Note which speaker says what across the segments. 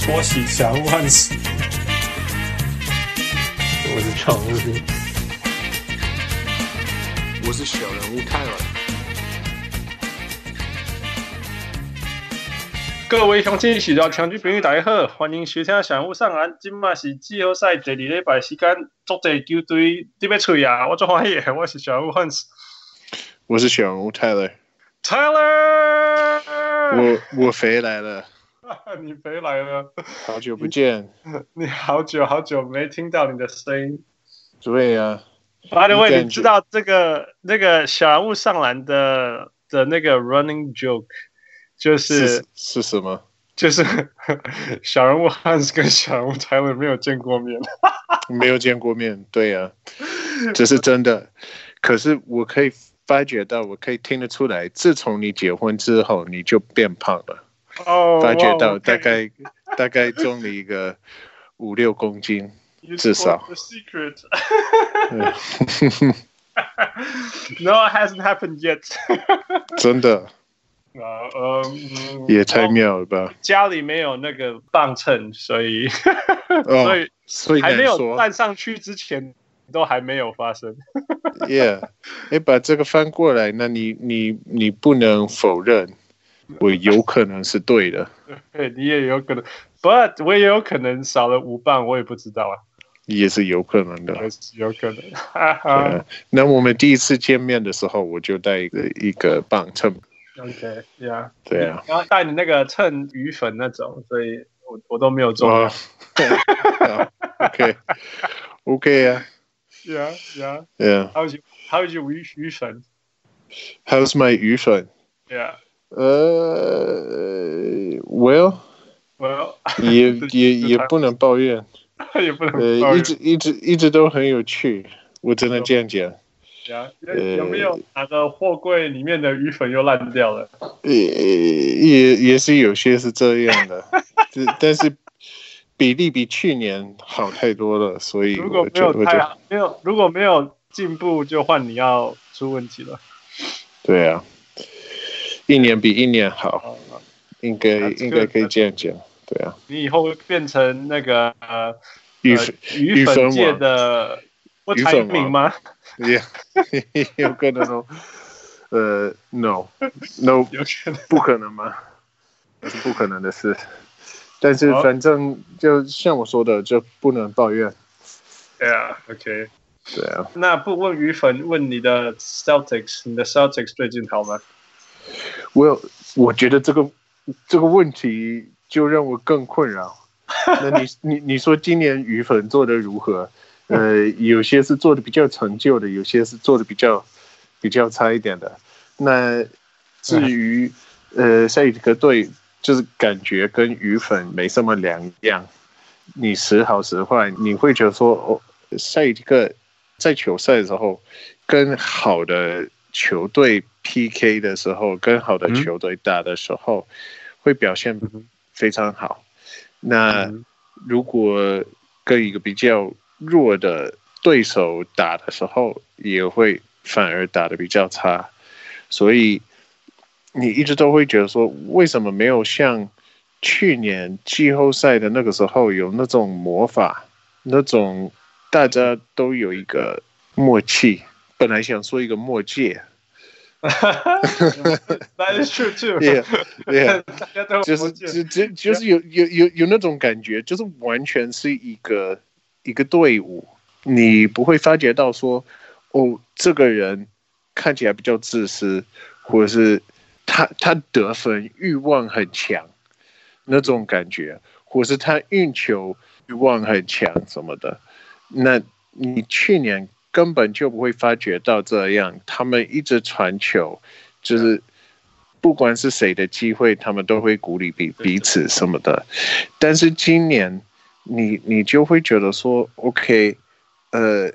Speaker 1: twice each hour once.
Speaker 2: 我是常务兵，
Speaker 3: 我是小人物泰尔。
Speaker 4: 各位乡亲、时代乡亲朋友，大家好，欢迎收听《常务上篮》。今嘛是季后赛第二礼拜时间，足侪球队伫要吹啊！我足欢喜的，我是常务 fans
Speaker 3: 我是小人物泰勒，
Speaker 4: Tyler。
Speaker 3: 我我回来了，
Speaker 4: 你回来了，
Speaker 3: 好久不见。
Speaker 4: 你好久好久没听到你的声音。
Speaker 3: 对呀、啊，
Speaker 4: By the
Speaker 3: 你
Speaker 4: way，
Speaker 3: 感
Speaker 4: 你
Speaker 3: 觉
Speaker 4: 知道这个那个小人物上篮的的那个 running joke，就是
Speaker 3: 是是什么？
Speaker 4: 就是 小人物 Hans 跟小人物 Tyler 没有见过面。
Speaker 3: 没有见过面。对呀、这是真的。可是我可以发觉到，我可以听得出来，自从你结婚之后，你就变胖了，
Speaker 4: 哦，
Speaker 3: 发觉
Speaker 4: 哇
Speaker 3: 到
Speaker 4: 我
Speaker 3: 大
Speaker 4: 看
Speaker 3: 概大概重了一个五六公斤。
Speaker 4: You
Speaker 3: 至
Speaker 4: spoke
Speaker 3: 少
Speaker 4: the secret.
Speaker 3: 嗯
Speaker 4: no, it hasn't happened yet.
Speaker 3: 真的
Speaker 4: 啊，呃，嗯
Speaker 3: 也太
Speaker 4: 我
Speaker 3: 妙了吧！
Speaker 4: 家里没有那个磅秤，所以所
Speaker 3: 哦，
Speaker 4: 以
Speaker 3: 所以
Speaker 4: 还没
Speaker 3: 难
Speaker 4: 有
Speaker 3: 说。
Speaker 4: 站上去之前都还没有发生。
Speaker 3: Yeah，你把这个翻过来，那你你你不能否认，我有可能是对的。
Speaker 4: 对你也有可能，but 我也有可能少了五磅，我也不知道啊，
Speaker 3: 也是有可能的。
Speaker 4: 也是有可能。哈哈
Speaker 3: 呃那我们第一次见面的时候，我就带一个一个磅秤，
Speaker 4: ，OK，yeah，
Speaker 3: 对啊，
Speaker 4: 然后带你那个秤鱼粉那种，所以我我都没有做。
Speaker 3: 哦 ，OK OK 啊
Speaker 4: Yeah, yeah.
Speaker 3: ，Yeah。
Speaker 4: How's your How's your 鱼鱼粉
Speaker 3: How's my 鱼粉？
Speaker 4: ？Yeah.
Speaker 3: 呃，Well，
Speaker 4: Well.
Speaker 3: 也
Speaker 4: 对
Speaker 3: 也
Speaker 4: 就
Speaker 3: 也
Speaker 4: 它
Speaker 3: 不能抱怨，
Speaker 4: 也不能
Speaker 3: 呃，
Speaker 4: 抱
Speaker 3: 一
Speaker 4: 怨
Speaker 3: 直一直一直都很有趣，我只能这样讲。
Speaker 4: 呀。有有没有哪个货柜里面的鱼粉又烂掉了？
Speaker 3: 也也也是有些是这样的，只但是比例比去年好太多了，所以
Speaker 4: 如果
Speaker 3: 我
Speaker 4: 没
Speaker 3: 就
Speaker 4: 有
Speaker 3: 我
Speaker 4: 太
Speaker 3: 就
Speaker 4: 好，没有如果没有进步，就换你要出问题了。
Speaker 3: 对啊，一年比一年好，
Speaker 4: 哦
Speaker 3: 应该
Speaker 4: That's
Speaker 3: 应该
Speaker 4: good,
Speaker 3: 可以这样讲，对啊，
Speaker 4: 你以后会变成那个呃
Speaker 3: 预
Speaker 4: 呃鱼
Speaker 3: 鱼粉
Speaker 4: 粉
Speaker 3: 王
Speaker 4: 界的郭
Speaker 3: 鱼
Speaker 4: 台
Speaker 3: 粉
Speaker 4: 铭
Speaker 3: 王
Speaker 4: 吗？
Speaker 3: 也 有可能哦，呃，no no
Speaker 4: 有可能。
Speaker 3: 不可能吗？那是不可能的事，但是
Speaker 4: 好
Speaker 3: 反正就像我说的，就不能抱怨，
Speaker 4: Yeah, OK。
Speaker 3: 对啊。
Speaker 4: 那不问鱼粉，问你的 Celtics，你的 Celtics 最 近好吗？
Speaker 3: 我我觉得这个这个问题就让我更困扰。那你你你说今年鱼粉做的如何？呃，有些是做的比较陈旧的，有些是做的比较比较差一点的。那至于呃赛里克队，就是感觉跟鱼粉没什么两样，你时好时坏，你会觉得说哦，赛里克在球赛的时候跟好的球队 PK 的时候，跟好的球队打的时候，会表现非常好。那如果跟一个比较弱的对手打的时候，也会反而打得比较差，所以你一直都会觉得说，为什么没有像去年季后赛的那个时候有那种魔法，那种大家都有一个默契？本来想说一个默契
Speaker 4: That is true too.
Speaker 3: ，yeah yeah，
Speaker 4: 大家都
Speaker 3: 就是就就就是有有有有那种感觉，就是完全是一个一个队伍，你不会发觉到说，哦，这个人看起来比较自私，或者是他他得分欲望很强那种感觉，或是他运球欲望很强什么的。那你去年根本就不会发觉到这样，他们一直传球，就是不管是谁的机会，他们都会鼓励彼彼此什么的。但是今年，你你就会觉得说，OK，呃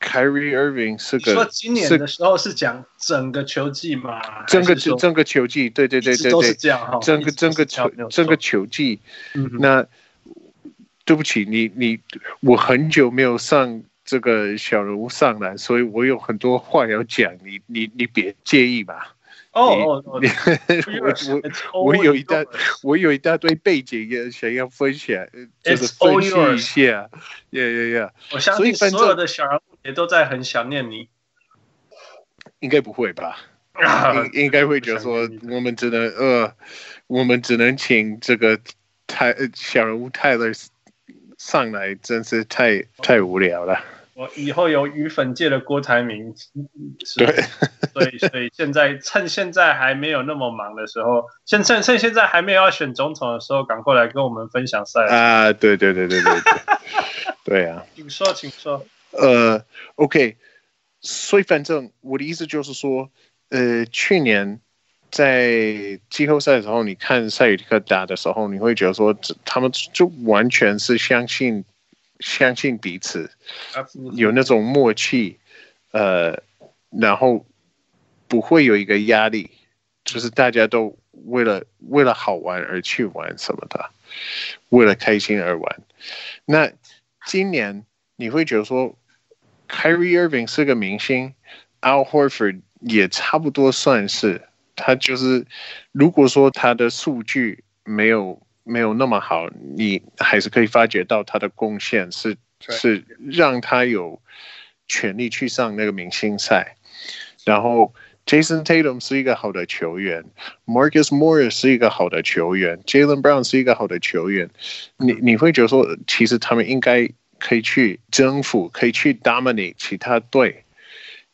Speaker 3: ，Kyrie Irving 是
Speaker 4: 说
Speaker 3: 个
Speaker 4: 今年的时候是讲整个球季嘛？
Speaker 3: 整个
Speaker 4: 还是说
Speaker 3: 整个球季，对对对
Speaker 4: 一直
Speaker 3: 对
Speaker 4: 都是
Speaker 3: 对，
Speaker 4: 这样哈，
Speaker 3: 整个
Speaker 4: 一直都
Speaker 3: 整
Speaker 4: 是
Speaker 3: 个
Speaker 4: 这
Speaker 3: 球
Speaker 4: 样没有错
Speaker 3: 整个球季，
Speaker 4: 嗯哼
Speaker 3: 那对不起，你你我很久没有上这个小人物上来，所以我有很多话要讲，你你你别介意吧。
Speaker 4: 哦哦哦，
Speaker 3: 我我我有一段我有一大堆背景也想要分享，呃就是
Speaker 4: It's all
Speaker 3: 分析一
Speaker 4: yours
Speaker 3: 下。Yeah, yeah, yeah，
Speaker 4: 我相
Speaker 3: 所以
Speaker 4: 信
Speaker 3: 反正
Speaker 4: 所有的小人物也都在很想念 你。
Speaker 3: 应该不会吧？应应该会觉得说
Speaker 4: 啊不想，
Speaker 3: 我们只能呃，我们只能请这个泰呃小人物泰勒上来，真是太太无聊了。
Speaker 4: 我以后有鱼粉界的郭台铭，是
Speaker 3: 对，
Speaker 4: 所以所以现在趁现在还没有那么忙的时候，现趁趁现在还没有要选总统的时候，赶快来跟我们分享赛。
Speaker 3: 啊，对对对对对对，对啊。
Speaker 4: 请说，请说。
Speaker 3: 呃，OK，所以反正我的意思就是说，呃，去年在季后赛的时候，你看塞尔提克打的时候，你会觉得说，这他们就完全是相信相信彼此，
Speaker 4: Absolutely
Speaker 3: 有那种默契，呃，然后不会有一个压力，就是大家都为了为了好玩而去玩什么的，为了开心而玩。那今年你会觉得说，Kyrie Irving 是个明星，Al Horford 也差不多算是，他就是如果说他的数据没有没有那么好，你还是可以发觉到他的贡献是
Speaker 4: 对
Speaker 3: 是让他有权利去上那个明星赛。然后 Jason Tatum 是一个好的球员，Marcus Morris 是一个好的球员，Jalen Brown 是一个好的球员。你你会觉得说，其实他们应该可以去征服，可以去 dominate 其他队。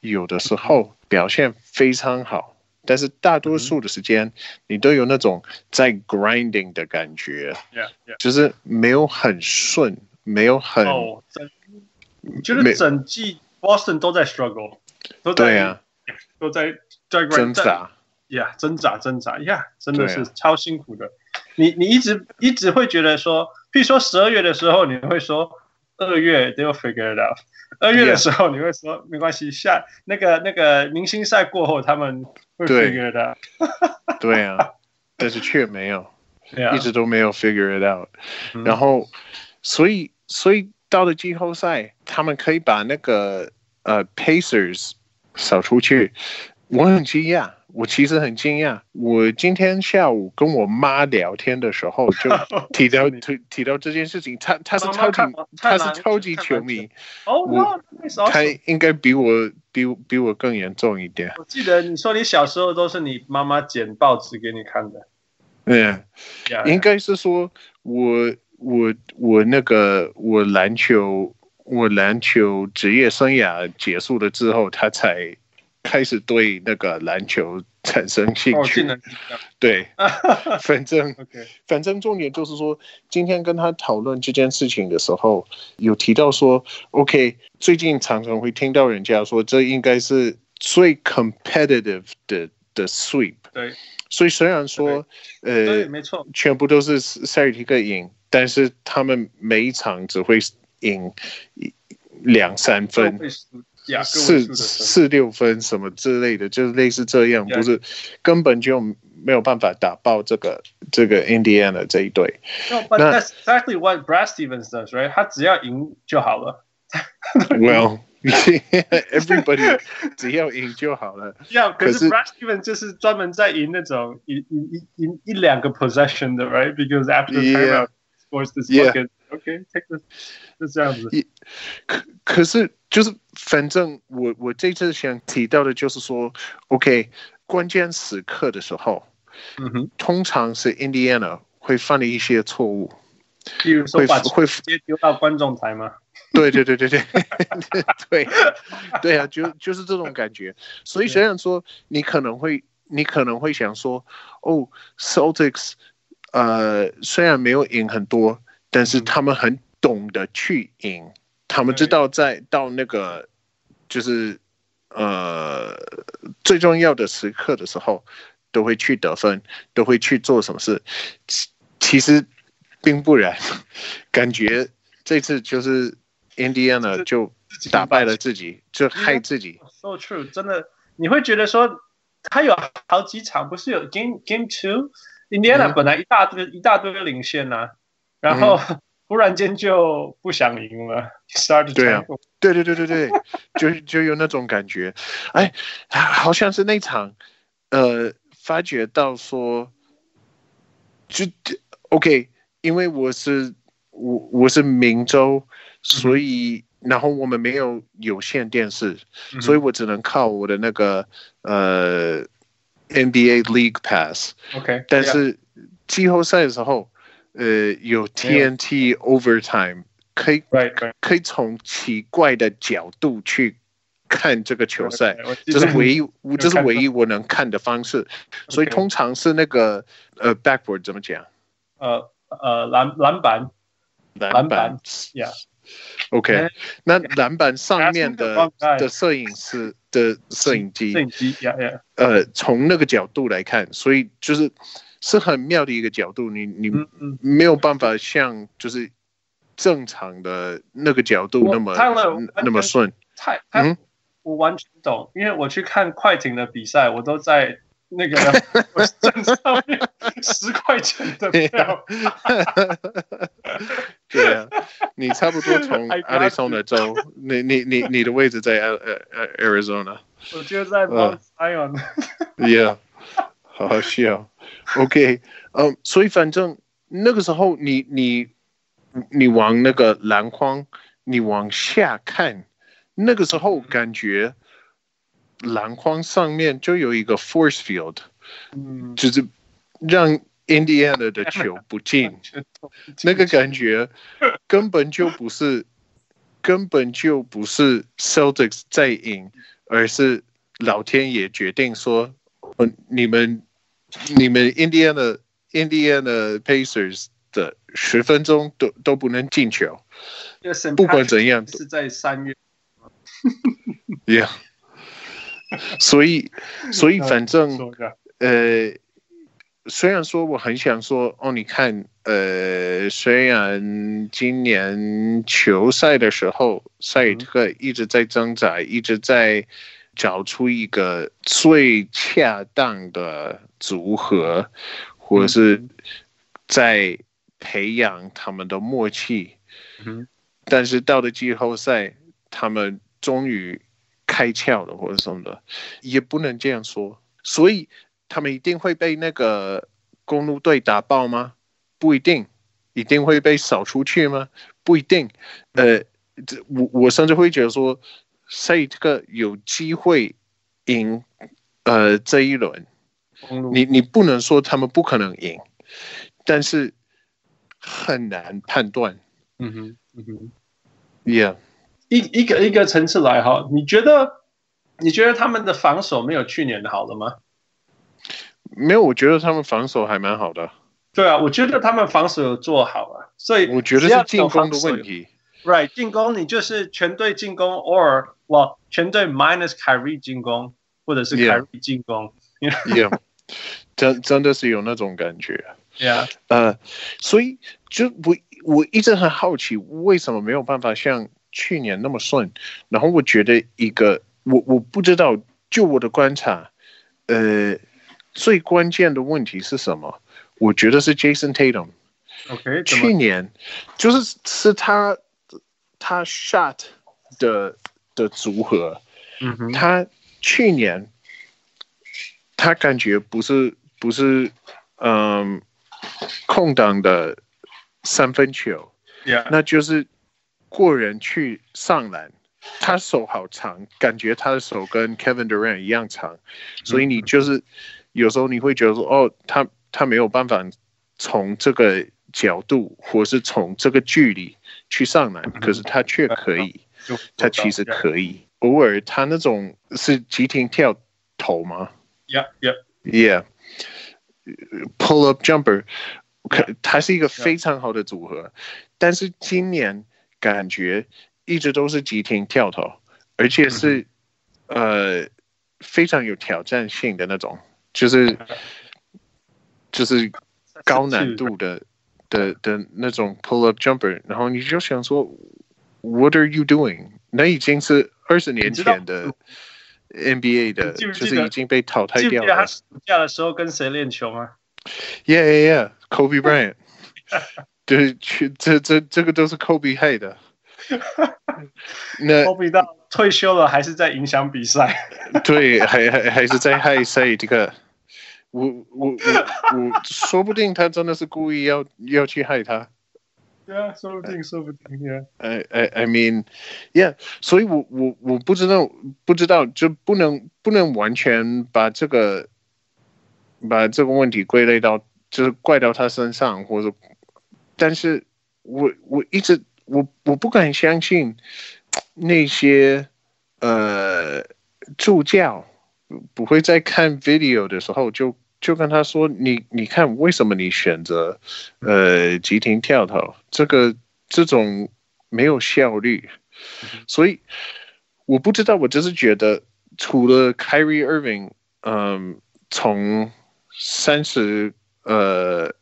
Speaker 3: 有的时候表现非常好，但是大多数的时间你都有那种在 grinding 的感觉，
Speaker 4: yeah, yeah.
Speaker 3: 就是没有很顺，没有很、
Speaker 4: 哦，整，我觉
Speaker 3: 没
Speaker 4: 得整季 Boston 都在 struggle，都在
Speaker 3: 对啊，
Speaker 4: 都在 在
Speaker 3: 挣
Speaker 4: 在
Speaker 3: 扎。
Speaker 4: 呀，挣扎挣扎呀，真的
Speaker 3: 对啊
Speaker 4: 是超辛苦的。你你一直一直会觉得说，譬如说十二月的时候，你会说二月 they'll figure it out。二月的时候，你会说没关系，下那个那个明星赛过后，他们会
Speaker 3: 对
Speaker 4: figure it out。
Speaker 3: 对啊，但是却没有，
Speaker 4: 对啊
Speaker 3: 一，直都没有 figure it out。
Speaker 4: 嗯
Speaker 3: 然后，所以所以到了季后赛，他们可以把那个呃 Pacers 扫出去，我很惊讶。我其实很惊讶，我今天下午跟我妈聊天的时候 就提到提提到这件事情，她她是
Speaker 4: 妈妈
Speaker 3: 超级
Speaker 4: 看吗
Speaker 3: 她
Speaker 4: 看
Speaker 3: 是
Speaker 4: 篮
Speaker 3: 超级
Speaker 4: 球看
Speaker 3: 球
Speaker 4: 篮
Speaker 3: 迷，
Speaker 4: 哦，哇，那是 awesome
Speaker 3: 她应该比我比我比我更严重一点。
Speaker 4: 我记得你说你小时候都是你妈妈剪报纸给你看的，
Speaker 3: 嗯，
Speaker 4: 呀
Speaker 3: 应该是说我我我那个我篮球我篮球职业生涯结束了之后，他才开始对那个篮球产生兴
Speaker 4: 哦，
Speaker 3: 趣。
Speaker 4: 竟然是这样
Speaker 3: 对，反正
Speaker 4: OK，
Speaker 3: 反正重点就是说，今天跟他讨论这件事情的时候，有提到说，OK，最近常常会听到人家说，这应该是最 competitive 的的 sweep。
Speaker 4: 对
Speaker 3: 所以虽然说，呃，
Speaker 4: 对，没错，
Speaker 3: 全部都是塞尔提克赢，但是他们每一场只会赢一两三分
Speaker 4: 个，位数呀，个
Speaker 3: 四
Speaker 4: 位数的分
Speaker 3: 四六分什么之类的，就是类似这样，
Speaker 4: Yeah.
Speaker 3: 不是根本就没有办法打爆这个这个 Indiana 这一 队。
Speaker 4: No, but
Speaker 3: 那
Speaker 4: that's exactly what Brad Stevens does, right? 他只要赢就好了，
Speaker 3: Well, everybody 只要赢就好了。
Speaker 4: 这样。可
Speaker 3: 可是
Speaker 4: 是 Brad Stevens 就是专门在赢那种赢赢赢赢一两个 possession 的，right? Because after
Speaker 3: Yeah.
Speaker 4: timeout scores this
Speaker 3: Yeah.
Speaker 4: bucket, okay, take this，就这样子。
Speaker 3: 可可是就是反正我我这次想提到的就是说，OK，关键时刻的时候，
Speaker 4: 嗯哼，
Speaker 3: 通常是 Indiana 会犯了一些错误。
Speaker 4: 比如说
Speaker 3: 会
Speaker 4: 把球
Speaker 3: 会
Speaker 4: 直接丢到观众台嘛。
Speaker 3: 对对对对对 对对啊，就就是这种感觉。所以虽然说你可能会你可能会想说，哦，Celtics，呃，虽然没有赢很多，但是他们很懂得去赢，他们知道在到那个就是呃最重要的时刻的时候，都会去得分，都会去做什么事。其其实并不然，感觉这次就是 Indiana 就打败了自己，就害自己。
Speaker 4: So true，真的，你会觉得说他有好几场，不是有 Game Game
Speaker 3: 嗯
Speaker 4: Two，Indiana 本来一大堆、一大堆的领先呐、然后、 忽然间就不想赢了，start
Speaker 3: 对啊对对对对对，就就有那种感觉。哎，好像是那场，呃发觉到说，就 OK，因为我是我我是明州，
Speaker 4: 嗯
Speaker 3: 所以、然后我们没有有线电视，
Speaker 4: 嗯哼
Speaker 3: 所以我只能靠我的那个呃 NBA League Pass，
Speaker 4: OK，
Speaker 3: 但是季后赛的时候，呃，有 TNT Overtime，可以
Speaker 4: yeah, right, right,
Speaker 3: 可以从奇怪的角度去看这个球赛。
Speaker 4: right，我记
Speaker 3: 这
Speaker 4: 得
Speaker 3: 是唯一， 这是
Speaker 4: 看
Speaker 3: 唯一我能看的方式，所以
Speaker 4: OK
Speaker 3: 通常是那个呃 backboard 怎么讲？
Speaker 4: 呃呃篮篮板
Speaker 3: 篮
Speaker 4: 篮板
Speaker 3: 板
Speaker 4: yeah
Speaker 3: ，OK，
Speaker 4: Yeah
Speaker 3: 那篮板上面
Speaker 4: That's the
Speaker 3: 的
Speaker 4: wrong guy
Speaker 3: 的摄影师的摄影机
Speaker 4: 摄，影机，yeah yeah，
Speaker 3: 呃，从那个角度来看，所以就是是很妙的一个角度，你你
Speaker 4: 嗯嗯。
Speaker 3: 没有办法像就是正常的那个角度
Speaker 4: 我
Speaker 3: 那么
Speaker 4: 看了
Speaker 3: 那那么顺。
Speaker 4: 太太、
Speaker 3: 嗯
Speaker 4: 我完全懂，因为我去看快艇的比赛，我都在那个 我站上面 十块钱的票，
Speaker 3: 对啊，你差不多从
Speaker 4: I got you
Speaker 3: 亚利桑那州，你你你你的位置在呃呃呃 Arizona，Yeah，
Speaker 4: 我就在 Mount Zion。
Speaker 3: 好好笑。OK，嗯、所以反正那个时候你你你往那个篮筐，你往下看，那个时候感觉篮筐上面就有一个 force field。
Speaker 4: 嗯，，
Speaker 3: 就是让 Indiana 的球不进
Speaker 4: 全懂
Speaker 3: 那个感觉根本就不是，根本就不是 Celtics 在赢，而是老天爷决定说，呃你们你们 Indiana Indiana Pacers 的十分钟都都不能进球，
Speaker 4: 因为 St.
Speaker 3: 不管
Speaker 4: Patrick
Speaker 3: 怎样
Speaker 4: 是在三月，
Speaker 3: ，Yeah，所以所以反正。
Speaker 4: 说的
Speaker 3: 呃，虽然说我很想说，哦，你看，呃，虽然今年球赛的时候，塞尔特一直在挣扎，一直在找出一个最恰当的组合，或者是在培养他们的默契。
Speaker 4: 嗯
Speaker 3: 但是到了季后赛，他们终于开窍了，或者什么的，也不能这样说。所以他们一定会被那个公路队打爆吗？不一定，一定会被扫出去吗？不一定。呃，这我我甚至会觉得说，赛这个有机会赢，呃，这一轮，
Speaker 4: 公路
Speaker 3: 你你不能说他们不可能赢，但是很难判断。
Speaker 4: 嗯哼嗯哼，
Speaker 3: Yeah，
Speaker 4: 一一个一个层次来哈，你觉得你觉得他们的防守没有去年的好了吗？
Speaker 3: 没有，我觉得他们防守还蛮好的，
Speaker 4: 对啊，我觉得他们防守有做好啊，所以
Speaker 3: 我觉得
Speaker 4: 只要
Speaker 3: 是
Speaker 4: 有
Speaker 3: 进攻的
Speaker 4: 防守
Speaker 3: 问题。
Speaker 4: Right，进攻你就是全队进攻，or well 全队 minus Kyrie 进攻，或者是
Speaker 3: Yeah.
Speaker 4: Kyrie 进攻。
Speaker 3: Yeah，真真的是有那种感觉。
Speaker 4: Yeah，
Speaker 3: 呃，所以就我我一直很好奇，为什么没有办法像去年那么顺？然后我觉得一个，我我不知道，就我的观察，呃，最关键的问题是什么？我觉得是 Jason Tatum。
Speaker 4: OK，怎
Speaker 3: 去
Speaker 4: 么
Speaker 3: 年就是是他他 shot 的的组合，
Speaker 4: 嗯哼
Speaker 3: 他去年他感觉不是不是嗯空档的三分球，
Speaker 4: ？Yeah，
Speaker 3: 那就是过人去上篮。他手好长，感觉他的手跟 Kevin Durant 一样长，所以你就是有时候你会觉得说，哦，他他没有办法从这个角度或是从这个距离去上篮，可是他却可以，
Speaker 4: 就
Speaker 3: 他其实可以。偶尔他那种是急停跳投吗
Speaker 4: Yeah，Yeah，
Speaker 3: ？Yeah，pull up jumper，可它是一个非常好的组合，但是今年感觉一直都是急停跳投，而且是、呃非常有挑战性的那种， 就是就是高难度的的的那种 pull up jumper，然后你就想说，What are you doing？那已经是二十年前的 NBA 的，
Speaker 4: 你记不记
Speaker 3: 就
Speaker 4: 得
Speaker 3: 是已经被淘汰
Speaker 4: 记不
Speaker 3: 掉
Speaker 4: 记得
Speaker 3: 了
Speaker 4: 他。暑假的时候跟谁练球吗？
Speaker 3: Yeah, yeah, yeah. Kobe Bryant，对，去这这这个都是 Kobe 害的。那
Speaker 4: 我比 到退休了还是在影响比赛。
Speaker 3: 对，还还还是在害赛这个。我我我我，说不定他真的是故意要要去害他。
Speaker 4: 对啊，说不定，说不定，yeah，
Speaker 3: I I I mean, yeah，所以我我我不知道不知道就不能不能完全把这个把这个问题归类到就是怪到他身上，或者，但是我我一直我我不敢相信那些呃助教不会在看 video 的时候就就跟他说你你看为什么你选择呃急停跳投这个这种没有效率，所以我不知道，我只是觉得除了 Kyrie Irving，嗯，从三十呃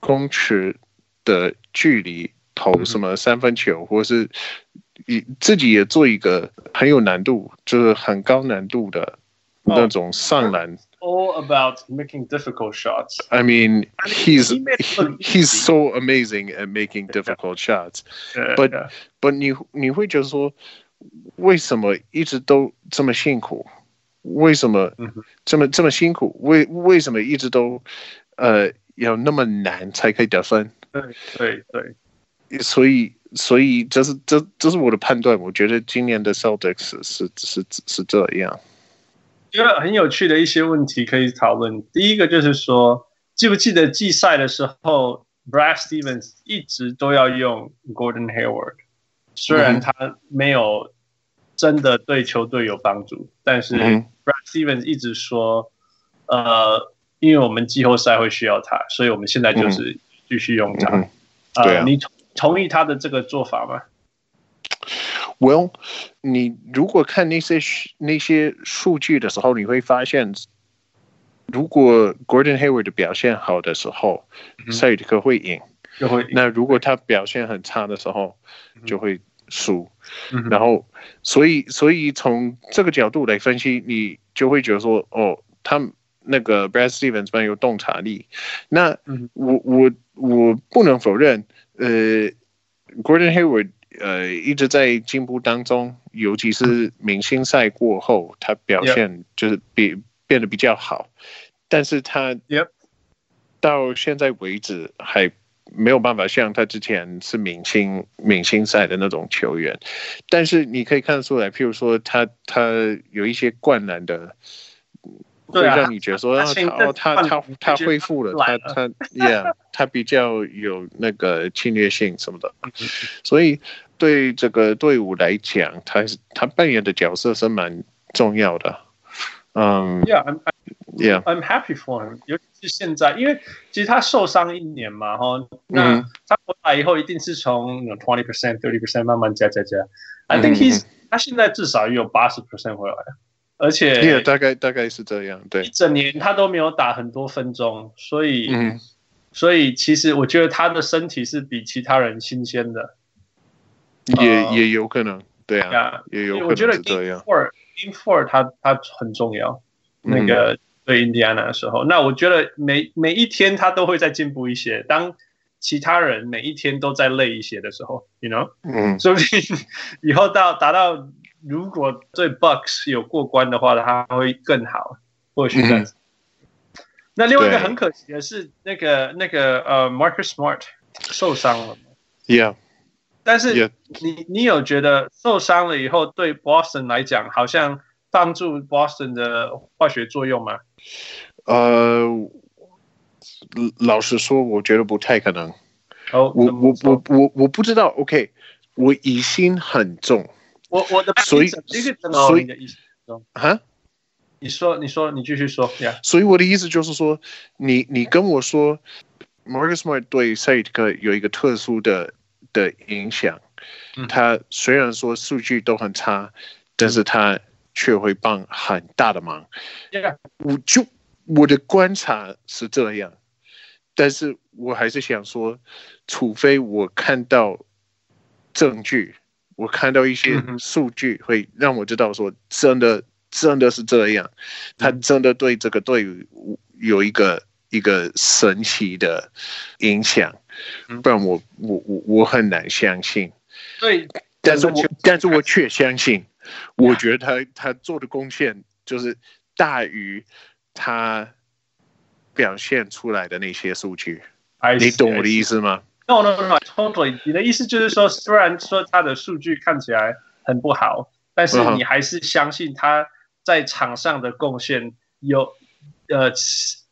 Speaker 3: 公尺的距离投什么三分球，或是以自己也做一个很有难度，就是很高难度的那种上篮。
Speaker 4: all about making difficult shots.
Speaker 3: I mean,
Speaker 4: I mean,
Speaker 3: he's
Speaker 4: he made it
Speaker 3: he,
Speaker 4: look
Speaker 3: he's
Speaker 4: easy.
Speaker 3: so amazing at making difficult shots. But-
Speaker 4: yeah.
Speaker 3: But 你你会觉得说，为什么一直都这么辛苦？为什么
Speaker 4: 嗯哼
Speaker 3: 这么这么辛苦？为为什么一直都呃要那么难才可以得分？
Speaker 4: 对对对，
Speaker 3: 所以所以这是这这是我的判断。我觉得今年的 Celtics 是是是是这样。
Speaker 4: 觉得很有趣的一些问题可以讨论。第一个就是说，记不记得季赛的时候，Brad Stevens 一直都要用 Gordon Hayward，虽然
Speaker 3: 嗯
Speaker 4: 他没有真的对球队有帮助，但是
Speaker 3: 嗯
Speaker 4: Brad Stevens 一直说，呃，因为我们季后赛会需要他，所以我们现在就是继续用他。
Speaker 3: 嗯对
Speaker 4: 呃，
Speaker 3: 啊
Speaker 4: 你同同意他的这个做法吗？
Speaker 3: Well，你如果看那些那些数据的时候，你会发现，如果 Gordon Hayward 表现好的时候，
Speaker 4: 哼
Speaker 3: 塞尔提克会赢；
Speaker 4: 就会
Speaker 3: 那如果他表现很差的时候
Speaker 4: 嗯，哼
Speaker 3: 就会输。
Speaker 4: 嗯哼
Speaker 3: 然后，所以所以从这个角度来分析，你就会觉得说，哦，他们那个 Brad Stevens 蛮有洞察力。那
Speaker 4: 嗯
Speaker 3: 我我我不能否认，呃，Gordon Hayward 呃一直在进步当中，尤其是明星赛过后，他表
Speaker 4: Yep
Speaker 3: 现就是比变得比较好，但是他
Speaker 4: Yep
Speaker 3: 到现在为止还没有办法像他之前是明星明星赛的那种球员，但是你可以看得出来，譬如说他他有一些灌篮的。会
Speaker 4: 对啊
Speaker 3: 让你觉得说，
Speaker 4: 他
Speaker 3: 啊
Speaker 4: 前一
Speaker 3: 他哦，
Speaker 4: 阵
Speaker 3: 他
Speaker 4: 灌
Speaker 3: 他
Speaker 4: 篮
Speaker 3: 他
Speaker 4: 就
Speaker 3: 恢复了，
Speaker 4: 来
Speaker 3: 他
Speaker 4: 了
Speaker 3: 他 yeah，他 比较有那个侵略性什么的，
Speaker 4: 嗯
Speaker 3: 所以对这个队伍来讲，他是他扮演的角色是蛮重要的。嗯、
Speaker 4: ，Yeah, I'm
Speaker 3: y e a h
Speaker 4: I'm happy for him，尤其是现在，因为其实他受伤一年嘛，哈，那
Speaker 3: 嗯
Speaker 4: 他回来以后一定是从 twenty percent、thirty percent 慢慢加加加。I
Speaker 3: 嗯
Speaker 4: think he's、他现在至少也有八十 percent 回来，而且
Speaker 3: yeah，大概大概是这样，对
Speaker 4: 一，整年他都没有打很多分钟，所以、
Speaker 3: 嗯
Speaker 4: 所以其实我觉得他的身体是比其他人新鲜的。
Speaker 3: 也
Speaker 4: 呃
Speaker 3: 也有可能，对啊，
Speaker 4: 呀、
Speaker 3: 也有
Speaker 4: 我
Speaker 3: 可
Speaker 4: 觉
Speaker 3: 能
Speaker 4: 得
Speaker 3: 是这
Speaker 4: Game
Speaker 3: 样。
Speaker 4: Four Game Four 它它很重要，
Speaker 3: 嗯
Speaker 4: 那个对印第安纳的时候，那我觉得每每一天他都会再进步一些。当其他人每一天都在累一些的时候，you know，
Speaker 3: 嗯
Speaker 4: 说不定以后到达到如果对 Bucks 有过关的话，他会更好，或许这样子。那另外一个
Speaker 3: 嗯对
Speaker 4: 很可惜的是，那个那个呃，Marcus Smart 受伤了。
Speaker 3: ，yeah，
Speaker 4: 但是
Speaker 3: Yeah.
Speaker 4: 你你有觉得受伤了以后对 Boston 来讲，好像帮助 Boston 的化学作用吗？
Speaker 3: 呃，老实说，我觉得不太可能。
Speaker 4: 哦，
Speaker 3: 我
Speaker 4: 怎么
Speaker 3: 我
Speaker 4: 说
Speaker 3: 我我我不知道，OK，我疑心很重
Speaker 4: 我我的
Speaker 3: 所以
Speaker 4: 你可以等到
Speaker 3: 所以
Speaker 4: 你的意思。
Speaker 3: 啊，
Speaker 4: 你说你说你继续说呀
Speaker 3: 所以我的意思就是说，你你跟我说，Marcus Smart 对赛迪克有一个特殊的的影响
Speaker 4: 嗯，
Speaker 3: 他虽然说数据都很差，但是他却会帮很大的忙。
Speaker 4: 呀
Speaker 3: 我就我的观察是这样，但是我还是想说，除非我看到证据，我看到一些
Speaker 4: 嗯哼
Speaker 3: 数据，会让我知道说真的真的是这样，他
Speaker 4: 嗯
Speaker 3: 真的对这个队伍有一个一个神奇的影响
Speaker 4: 嗯，
Speaker 3: 不然我我我我很难相信。
Speaker 4: 对，
Speaker 3: 但是
Speaker 4: 整个
Speaker 3: 我
Speaker 4: 球
Speaker 3: 但是我却相信，我觉得他他做的贡献就是大于他表现出来的那些数据，
Speaker 4: I
Speaker 3: 你
Speaker 4: see,
Speaker 3: 懂我的
Speaker 4: I see.
Speaker 3: 意思吗？
Speaker 4: No no no no，totally。你的意思就是说，虽然说他的数据看起来很不好，但是
Speaker 3: 嗯哼
Speaker 4: 你还是相信他在场上的贡献有呃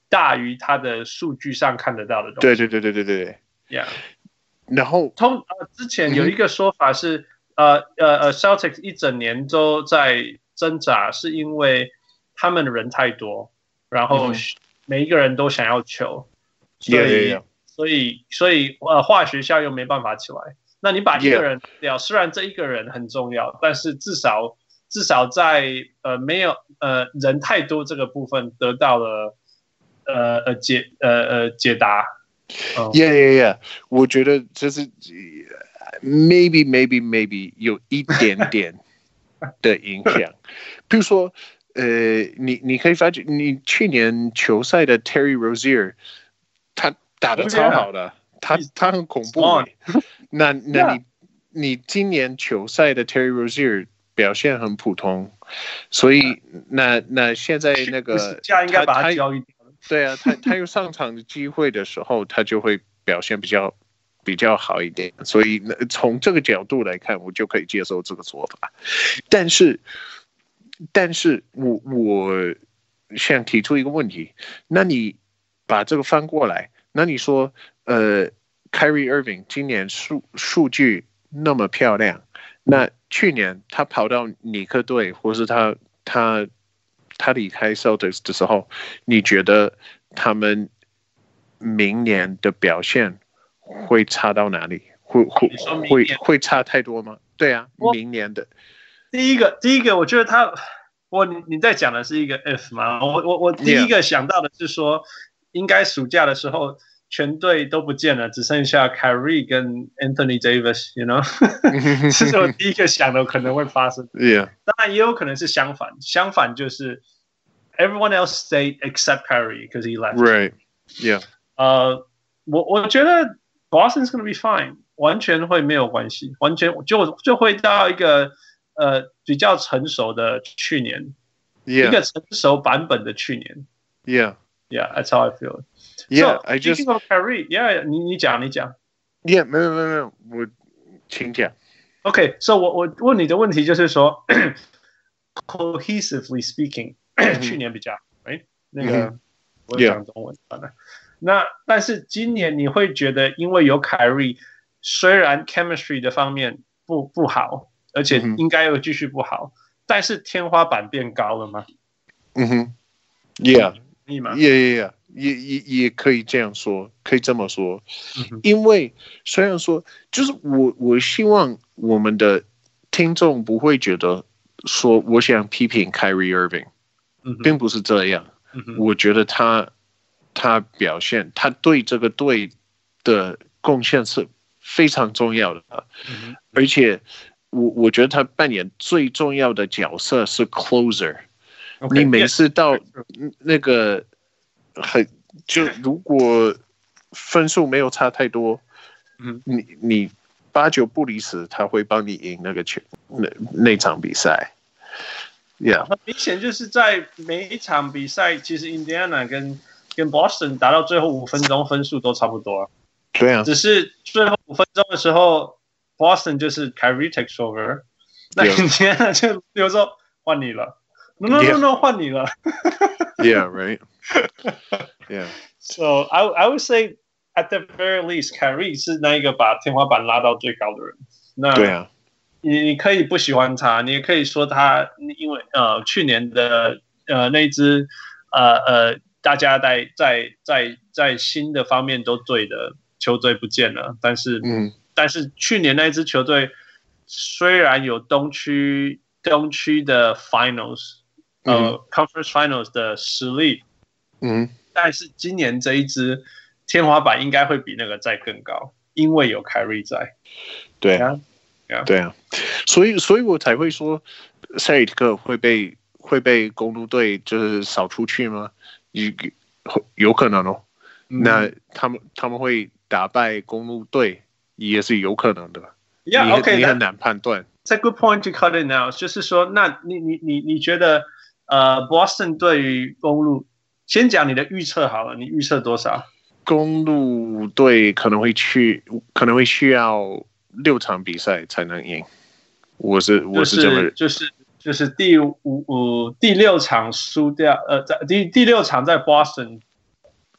Speaker 4: 大于他的数据上看得到的东西。
Speaker 3: 对对对对对对对。
Speaker 4: ，Yeah。
Speaker 3: 然后
Speaker 4: 通呃之
Speaker 3: 嗯
Speaker 4: 前有一个说法是，呃呃呃，Celtics 一整年都在挣扎，是因为他们的人太多，然后
Speaker 3: 嗯
Speaker 4: 每一个人都想要球，所以
Speaker 3: Yeah, yeah, yeah.
Speaker 4: 所以所以呃化学效应没办法起来。那你把一
Speaker 3: Yeah.
Speaker 4: 个人掉虽然这一个人很重要，但是至少至少在呃没有呃人太多这个部分得到了呃呃解呃呃解答。嗯
Speaker 3: Yeah, yeah, yeah. 我觉得这是呃 maybe, maybe, maybe 有一点点的影响。 比如说，呃，你你可以发觉，你去年球赛的 Terry Rozier，他打的
Speaker 4: Oh,
Speaker 3: 超
Speaker 4: yeah.
Speaker 3: 好的他
Speaker 4: He's
Speaker 3: 他很恐怖
Speaker 4: smart.
Speaker 3: 欸。那那
Speaker 4: Yeah.
Speaker 3: 你你今年球赛的 Terry Rozier 表现很普通，所以那那现在那
Speaker 4: 不
Speaker 3: 个
Speaker 4: 是这样应该把
Speaker 3: 他
Speaker 4: 它
Speaker 3: 他
Speaker 4: 交易掉。
Speaker 3: 对啊，他他有上场的机会的时候，他就会表现比较比较好一点。所以那从这个角度来看，我就可以接受这个说法。但是，但是我我想提出一个问题：那你把这个翻过来，那你说，呃，Kyrie Irving 今年数数据那么漂亮，那去年他跑到尼克队，或是他他他离开 Celtics 的时候，你觉得他们明年的表现会差到哪里？会会
Speaker 4: 啊你说明
Speaker 3: 会
Speaker 4: 年
Speaker 3: 会差太多吗？对啊，
Speaker 4: 我
Speaker 3: 明年的
Speaker 4: 第一个，第一个，我觉得他，我你你在讲的是一个 F 嘛，我我我第一个想到的是说应该暑假的时候全队都不见了，只剩下 Kyrie 跟 Anthony Davis，you know，这是我第一个想的可能会发生。
Speaker 3: ，Yeah，
Speaker 4: 当然也有可能是相反，相反就是 everyone else stayed except Kyrie because he left。
Speaker 3: right, yeah,
Speaker 4: 呃，我我觉得 Boston's gonna be fine，完全会没有关系，完全就就会到一个呃比较成熟的去年，一
Speaker 3: yeah,
Speaker 4: 个成熟版本的去年。
Speaker 3: yeah,
Speaker 4: Yeah, that's how I feel.
Speaker 3: yeah.
Speaker 4: So,
Speaker 3: I just
Speaker 4: speaking of Kyrie, yeah, 你你讲你讲。
Speaker 3: yeah，没有没有没有，我请讲。
Speaker 4: OK，so 我我问你的问题就是说 ，cohesively speaking，去年比较好，right？那
Speaker 3: 嗯
Speaker 4: 个我讲中文算了。那但是今年你会觉得，因为有凯瑞，虽然 chemistry 的方面不不好，而且
Speaker 3: 嗯哼
Speaker 4: 应该会继续不好，但是天花板变高了吗？
Speaker 3: 嗯哼，Yeah,
Speaker 4: 同意吗
Speaker 3: yeah, yeah, yeah，也也也可以这样说，可以这么说。
Speaker 4: 嗯哼
Speaker 3: 因为虽然说，就是我我希望我们的听众不会觉得说我想批评 Kyrie Irving，
Speaker 4: 嗯哼
Speaker 3: 并不是这样。
Speaker 4: 嗯哼
Speaker 3: 我觉得他他表现，他对这个队的贡献是非常重要的，
Speaker 4: 嗯哼
Speaker 3: 而且我我觉得他扮演最重要的角色是 closer。
Speaker 4: ，OK，
Speaker 3: 你每
Speaker 4: yes，
Speaker 3: 次到
Speaker 4: true
Speaker 3: 嗯那个很就如果分数没有差太多，
Speaker 4: 嗯，
Speaker 3: 你你八九不离十，他会帮你赢那个球那那场比赛。Yeah，
Speaker 4: 很明显就是在每一场比赛，其实 Indiana 跟跟 Boston 打到最后五分钟分数都差不多啊，
Speaker 3: 对 啊，
Speaker 4: 只是最后五分钟的时候，Boston 就是 Kyrie takes over，那
Speaker 3: Yeah.
Speaker 4: Indiana 就比如说换你了，no no no
Speaker 3: Yeah.
Speaker 4: no 换你了
Speaker 3: Yeah, right. Yeah,
Speaker 4: ，so I I would say at the very least Kyrie 是那一个把天花板拉到最高的人，那
Speaker 3: 对啊，
Speaker 4: 你你可以不喜欢他，你也可以说他因为呃去年的呃那一支呃呃大家在在在在新的方面都对的球队不见了，但是、
Speaker 3: 嗯
Speaker 4: 但是去年那一支球队虽然有东区东区的 Finals 呃、
Speaker 3: 嗯
Speaker 4: Conference Finals 的实力，
Speaker 3: 嗯
Speaker 4: 但是今年这一支天花板应该会比那个再更高，因为有 Kyrie 在。
Speaker 3: 对
Speaker 4: Yeah, yeah.
Speaker 3: 对啊，所以所以我才会说塞里特克会被会被公路队就是扫出去吗？有有可能哦。
Speaker 4: 嗯
Speaker 3: 那他们他们会打败公路队也是有可能的。
Speaker 4: Yeah,
Speaker 3: 你
Speaker 4: OK，
Speaker 3: 你
Speaker 4: 那
Speaker 3: 很难判断。
Speaker 4: It's a good point to cut it now，就是说，那你你你你觉得，呃，Boston 对于公路先讲你的预测好了，你预测多少？
Speaker 3: 公路队可能会去，可能会需要六场比赛才能赢。我是我
Speaker 4: 就是
Speaker 3: 这么
Speaker 4: 是就是就是第五五第六场输掉，呃，在第第六场在 Boston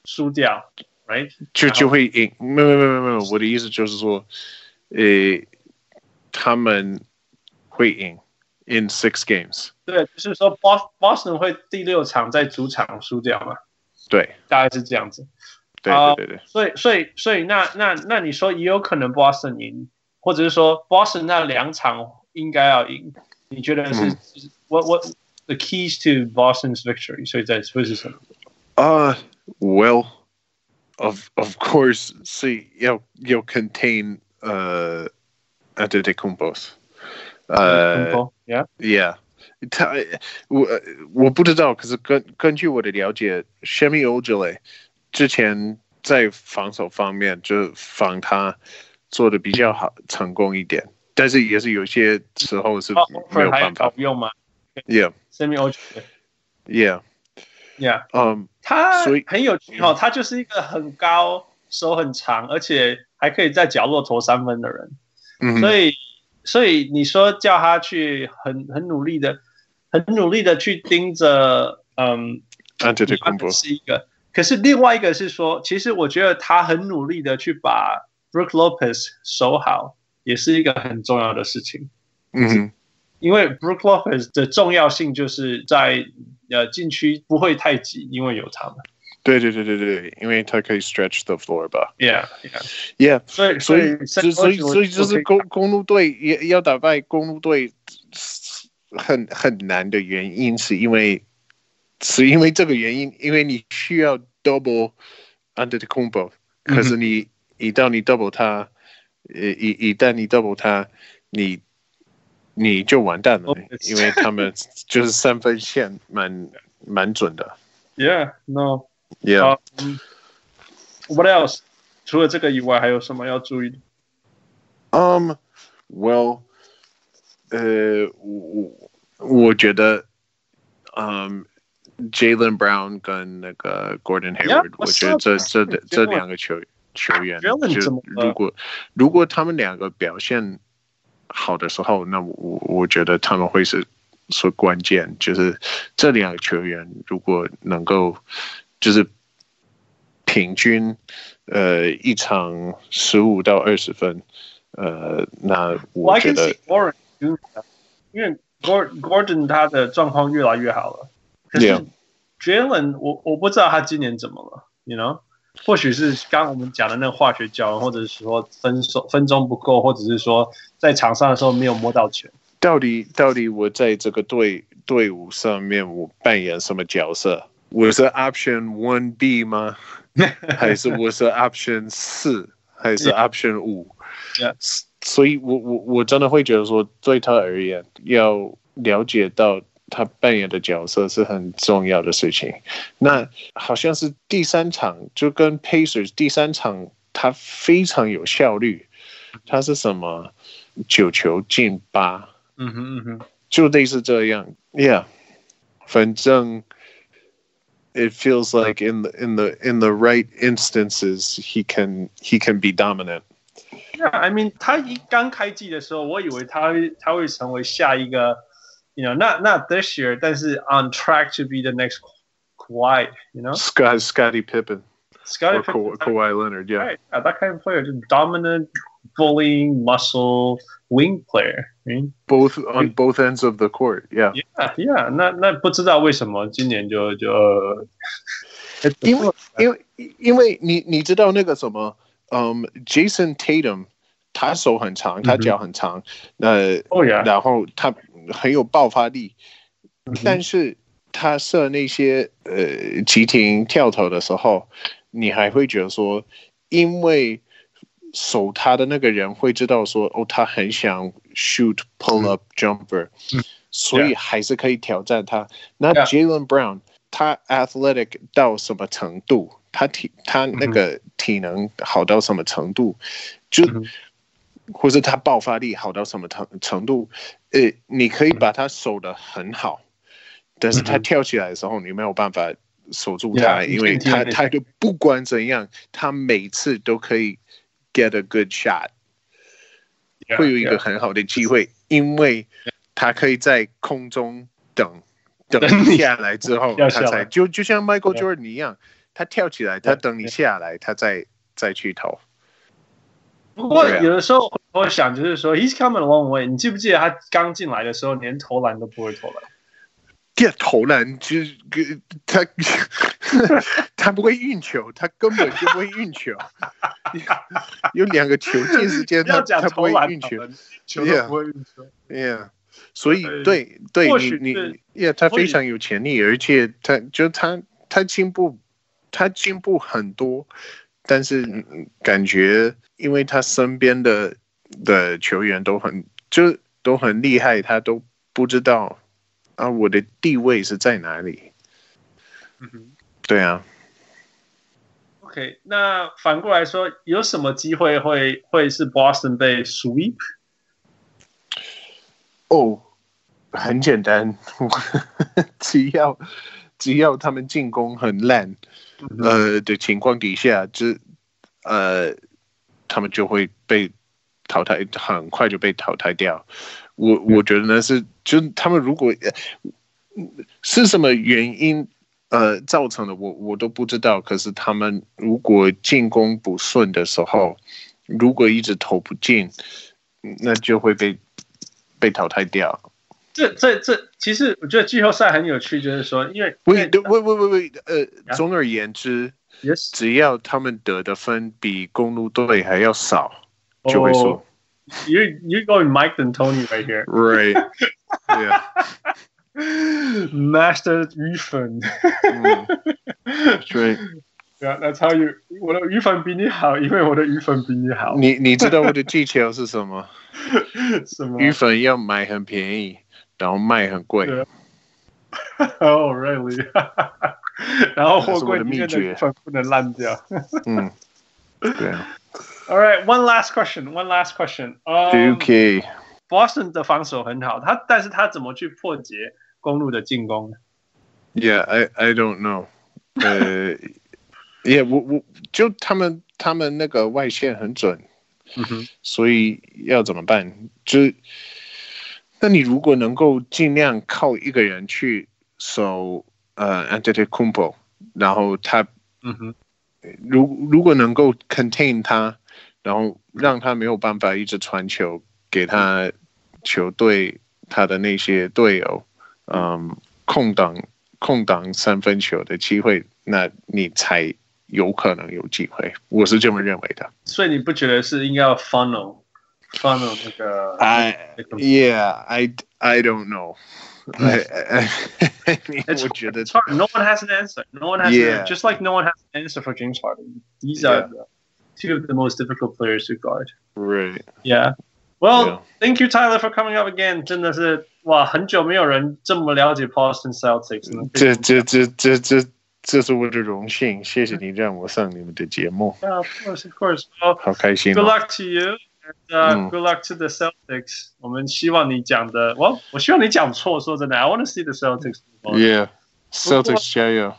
Speaker 4: 输掉，right？
Speaker 3: 就
Speaker 4: 然后
Speaker 3: 就会赢。没有没有没有没有，我的意思就是说，呃，他们会赢 in six games。
Speaker 4: 对，就是说 Bos- Boston 会第六场在主场输掉嘛，
Speaker 3: 对
Speaker 4: 大概是这样子。
Speaker 3: 对
Speaker 4: 啊
Speaker 3: 对对对，
Speaker 4: 所以，所以，所以那那那你说也有可能 Boston 赢，或者是说 Boston 那两场应该要赢，你觉得是、
Speaker 3: 嗯
Speaker 4: 我我 the keys to Boston's victory？所以在会是什么？
Speaker 3: Uh, well, of of course, see, you'll you'll contain uh, Antetokounmpo's. Uh,
Speaker 4: yeah，
Speaker 3: yeah. 他我我不知道，可是根根据我的了解 s h e m i o j e l e 之前在防守方面就防他做的比较好，成功一点，但是也是有些时候是
Speaker 4: 哦
Speaker 3: 没有
Speaker 4: ，Horford 还有
Speaker 3: 办法
Speaker 4: 好。用吗
Speaker 3: Yeah,
Speaker 4: ？Semi o
Speaker 3: yeah.
Speaker 4: yeah。
Speaker 3: Um,
Speaker 4: 他
Speaker 3: 所以嗯
Speaker 4: 很有趣哦，他就是一个很高、手很长，而且还可以在角落投三分的人。
Speaker 3: 嗯哼
Speaker 4: 所以，所以你说叫他去很很努力的、很努力的去盯着，嗯，
Speaker 3: ，Antetokounmpo，
Speaker 4: 是一个。可是另外一个是说，其实我觉得他很努力的去把 Brook Lopez 守好，也是一个很重要的事情。
Speaker 3: 嗯哼，
Speaker 4: 因为 Brook Lopez 的重要性就是在呃禁区不会太挤，因为有他们。
Speaker 3: 对对对对对，因为他可以 stretch the floor 吧
Speaker 4: Yeah, yeah.
Speaker 3: ，Yeah，
Speaker 4: 所以
Speaker 3: 所以
Speaker 4: 所
Speaker 3: 所以所以所以
Speaker 4: 我
Speaker 3: 就
Speaker 4: 可
Speaker 3: 是公公路队也要打败公路队很很难的原因，是因为是因为这个原因，因为你需要 double under the combo，可是你一旦你 double 他，呃一一旦你 double 他，你你就完蛋了
Speaker 4: Lopez
Speaker 3: 因为他们就是三分线蛮蛮准的
Speaker 4: Yeah, no.
Speaker 3: ，Yeah。
Speaker 4: 好嗯 What else？除了这个以外，还有什么要注意的？
Speaker 3: Um, well, uh, 呃，我我觉得，嗯、j a l e n um, Brown 跟那个 Gordon Hayward，、
Speaker 4: Yeah，
Speaker 3: 我
Speaker 4: what's
Speaker 3: 觉得
Speaker 4: up？
Speaker 3: 这这
Speaker 4: Jalen
Speaker 3: 这两个球球员，
Speaker 4: Jalen 怎么
Speaker 3: 就
Speaker 4: 了
Speaker 3: 如果如果他们两个表现好的时候，那我我我觉得他们会是是关键，就是这两个球员如果能够就是平均呃一场十五到二十分，呃，那
Speaker 4: Well,
Speaker 3: 我
Speaker 4: I
Speaker 3: 觉
Speaker 4: can
Speaker 3: 得
Speaker 4: see Gordon doing that，因为 Gor- Gordon 他的状况越来越好了。可是
Speaker 3: Yeah.
Speaker 4: Jalen，我我不知道他今年怎么了，you know？或许是刚刚我们讲的那个化学教，或者是说分手分钟不够，或者是说在场上的时候没有摸到球。
Speaker 3: 到底到底我在这个队队伍上面我扮演什么角色？我是 Option One B 吗？还是我是 Option 四？还是 Option 五
Speaker 4: Yeah.？
Speaker 3: 所以我，我我真的会觉得说，对他而言，要了解到他扮演的角色是很重要的事情。那好像是第三场，就跟 Pacers 第三场，他非常有效率。他是什么？九球进八。
Speaker 4: 嗯哼嗯哼
Speaker 3: 就类似这样，Yeah，反正 it feels like in the in the in the right instances he can he can be dominant。
Speaker 4: ，Yeah，I mean，他一刚开季的时候，我以为他会他会成为下一个，you know，not not this year，但是 on track to be the next Kawhi，you know，Scotty
Speaker 3: Scott Scotty Pippen or Ka-
Speaker 4: Pippen-
Speaker 3: Kawhi Leonard, yeah.
Speaker 4: Right, yeah, uh, that kind of player, just dominant, bullying, muscle, wing player. I mean,
Speaker 3: Both on both ends of the court, yeah.
Speaker 4: yeah, Uh, yeah. 那那不知道为什么今年就就呃
Speaker 3: 因为因为因为你你知道那个什么，嗯、j a s o n Tatum，他手很长，
Speaker 4: Mm-hmm.
Speaker 3: 他脚很长，呃，
Speaker 4: oh yeah，
Speaker 3: 然后他很有爆发力，但是他射那些呃急停跳投的时候，你还会觉得说，因为守他的那个人会知道说，哦，他很想 shoot pull up jumper，、
Speaker 4: 嗯
Speaker 3: 所以还是可以挑战他。那
Speaker 4: Yeah
Speaker 3: Jalen Brown 他 athletic 到什么程度？他体他那个体能好到什么程度？就
Speaker 4: 嗯嗯哼
Speaker 3: 或是他爆发力好到什么程程度，呃，你可以把他守得很好，但是他跳起来的时候，你没有办法守住他
Speaker 4: 嗯 Yeah，
Speaker 3: 因为他
Speaker 4: interior
Speaker 3: 他就不管怎样，他每次都可以 get a good shot，
Speaker 4: Yeah，
Speaker 3: 会有一个
Speaker 4: yeah
Speaker 3: 很好的机会，因为他可以在空中等等
Speaker 4: 等你
Speaker 3: 下来之后，
Speaker 4: 要
Speaker 3: 他
Speaker 4: 下来
Speaker 3: 才就就像 Michael
Speaker 4: Yeah
Speaker 3: Jordan 一样，他跳起来，他
Speaker 4: Yeah，
Speaker 3: 等你
Speaker 4: yeah
Speaker 3: 下来，他再再去投。
Speaker 4: 不过
Speaker 3: 对啊
Speaker 4: 有的时候我想就是说，he's come a long way。你记不记得他刚进来的时候，连投篮都不会投篮？
Speaker 3: 这投篮就是跟 他他不会运球，他根本就不会运球。有两个球进时间，
Speaker 4: 不 要
Speaker 3: 他
Speaker 4: 讲
Speaker 3: 他不
Speaker 4: 投
Speaker 3: 会
Speaker 4: 篮
Speaker 3: 运球
Speaker 4: 好了球都不会运球。
Speaker 3: ，Yeah。所以
Speaker 4: 呃
Speaker 3: 对对
Speaker 4: 或，
Speaker 3: 你
Speaker 4: 许
Speaker 3: 你
Speaker 4: 是
Speaker 3: Yeah，他
Speaker 4: 或许
Speaker 3: 非常有潜力，而且他就他他进步，他进步很多，但是嗯感觉因为他身边的的球员都很就都很厉害，他都不知道啊我的地位是在哪里。
Speaker 4: 嗯哼
Speaker 3: 对啊，
Speaker 4: OK，那反过来说，有什么机会会会是 Boston 被 sweep？
Speaker 3: 哦，很简单， 只要只要他们进攻很烂，呃的情况底下，这呃他们就会被淘汰，很快就被淘汰掉。我我觉得呢是，就是他们如果呃是什么原因呃造成的，我我都不知道。可是他们如果进攻不顺的时候，如果一直投不进，那就会被被淘汰掉。
Speaker 4: 这这这，其实我觉得季后赛很有趣，就是说，因为
Speaker 3: 喂，对喂喂喂喂，呃，
Speaker 4: 啊
Speaker 3: 总而言之，
Speaker 4: 也是
Speaker 3: 只要他们得的分比公路队还要少，
Speaker 4: 哦
Speaker 3: 就会输。
Speaker 4: You you going Mike and Tony right here?
Speaker 3: Right. 啊 yeah.
Speaker 4: Master 鱼 粉，
Speaker 3: 嗯，对，
Speaker 4: 对啊，That's how you。我的鱼粉比你好，因为我的鱼粉比你好。
Speaker 3: 你你知道我的技巧是什么？
Speaker 4: 什么
Speaker 3: 鱼粉要买很便宜，然后卖很贵。
Speaker 4: 嗯对？Oh really？然后货柜里面
Speaker 3: 这是我的秘诀
Speaker 4: 的鱼粉不能烂掉。
Speaker 3: 嗯，对啊。
Speaker 4: All right, one last question. One last question. 呃
Speaker 3: OK，
Speaker 4: Boston 的防守很好，他但是他怎么去破解公路的进攻呢？
Speaker 3: Yeah, I I don't know. 呃，Yeah，我我就他们他们那个外线很准，
Speaker 4: 嗯哼，
Speaker 3: 所以要怎么办？就是，那你如果能够尽量靠一个人去守呃 a n t e t e c u m p o 然后他
Speaker 4: 嗯哼，
Speaker 3: 如如果能够 contain 他，然后让他没有办法一直传球给他球队他的那些队友，嗯，空档空档三分球的机会，那你才有可能有机会。我是这么认为的。
Speaker 4: 所以你不觉得是应该要 funnel funnel 那个？
Speaker 3: I yeah, I I don't know. I, I, I mean,
Speaker 4: It's-
Speaker 3: 我觉得
Speaker 4: It's hard. No one has an answer. No one has
Speaker 3: Yeah.
Speaker 4: an, just like no one has an answer for James Harden. These
Speaker 3: Yeah.
Speaker 4: are the, two of the most difficult players to guard.
Speaker 3: right.
Speaker 4: Yeah. Well,
Speaker 3: Yeah.
Speaker 4: thank you, Tyler, for coming up again. 真的是哇，很久没有人这么了解 Boston Celtics 了。
Speaker 3: 这这这这这这是我的荣幸，谢谢你让我上你们的节目，
Speaker 4: Yeah, of course, of course. Well,
Speaker 3: 好开心
Speaker 4: good
Speaker 3: 哦。
Speaker 4: luck to you. And, uh,
Speaker 3: 嗯
Speaker 4: Good luck to the Celtics. 我们希望你讲的，我我希望你讲错。说真的，I want to see the Celtics. move on.
Speaker 3: Yeah,
Speaker 4: 不过
Speaker 3: Celtics 加油！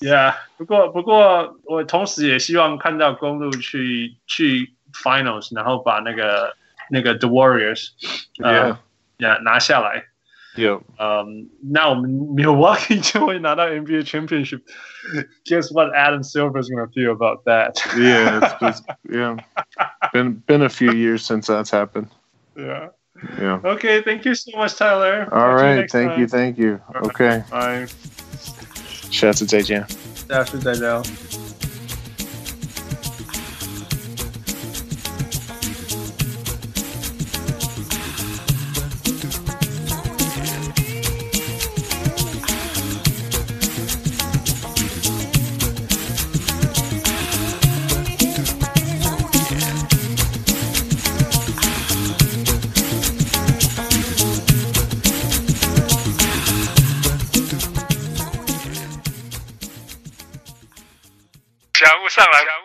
Speaker 4: Yeah，不过不过，我同时也希望看到公路去去 Finals，然后把那个那个 The Warriors 呃 Uh,
Speaker 3: Yeah，
Speaker 4: 拿拿下来。
Speaker 3: 有
Speaker 4: 嗯，那我们 Milwaukee 就会拿到 NBA Championship。Guess what Adam Silver is going to feel about that？
Speaker 3: yeah, it's it's- yeah. Been been a few years since that's happened.
Speaker 4: Yeah.
Speaker 3: Yeah.
Speaker 4: Okay. Thank you so much, Tyler.
Speaker 3: All
Speaker 4: Talk to
Speaker 3: right.
Speaker 4: next
Speaker 3: Thank you.
Speaker 4: time.
Speaker 3: Thank you. Okay.
Speaker 4: Bye.
Speaker 3: 下次再见。
Speaker 4: 下次再聊。
Speaker 1: 翔物上篮，翔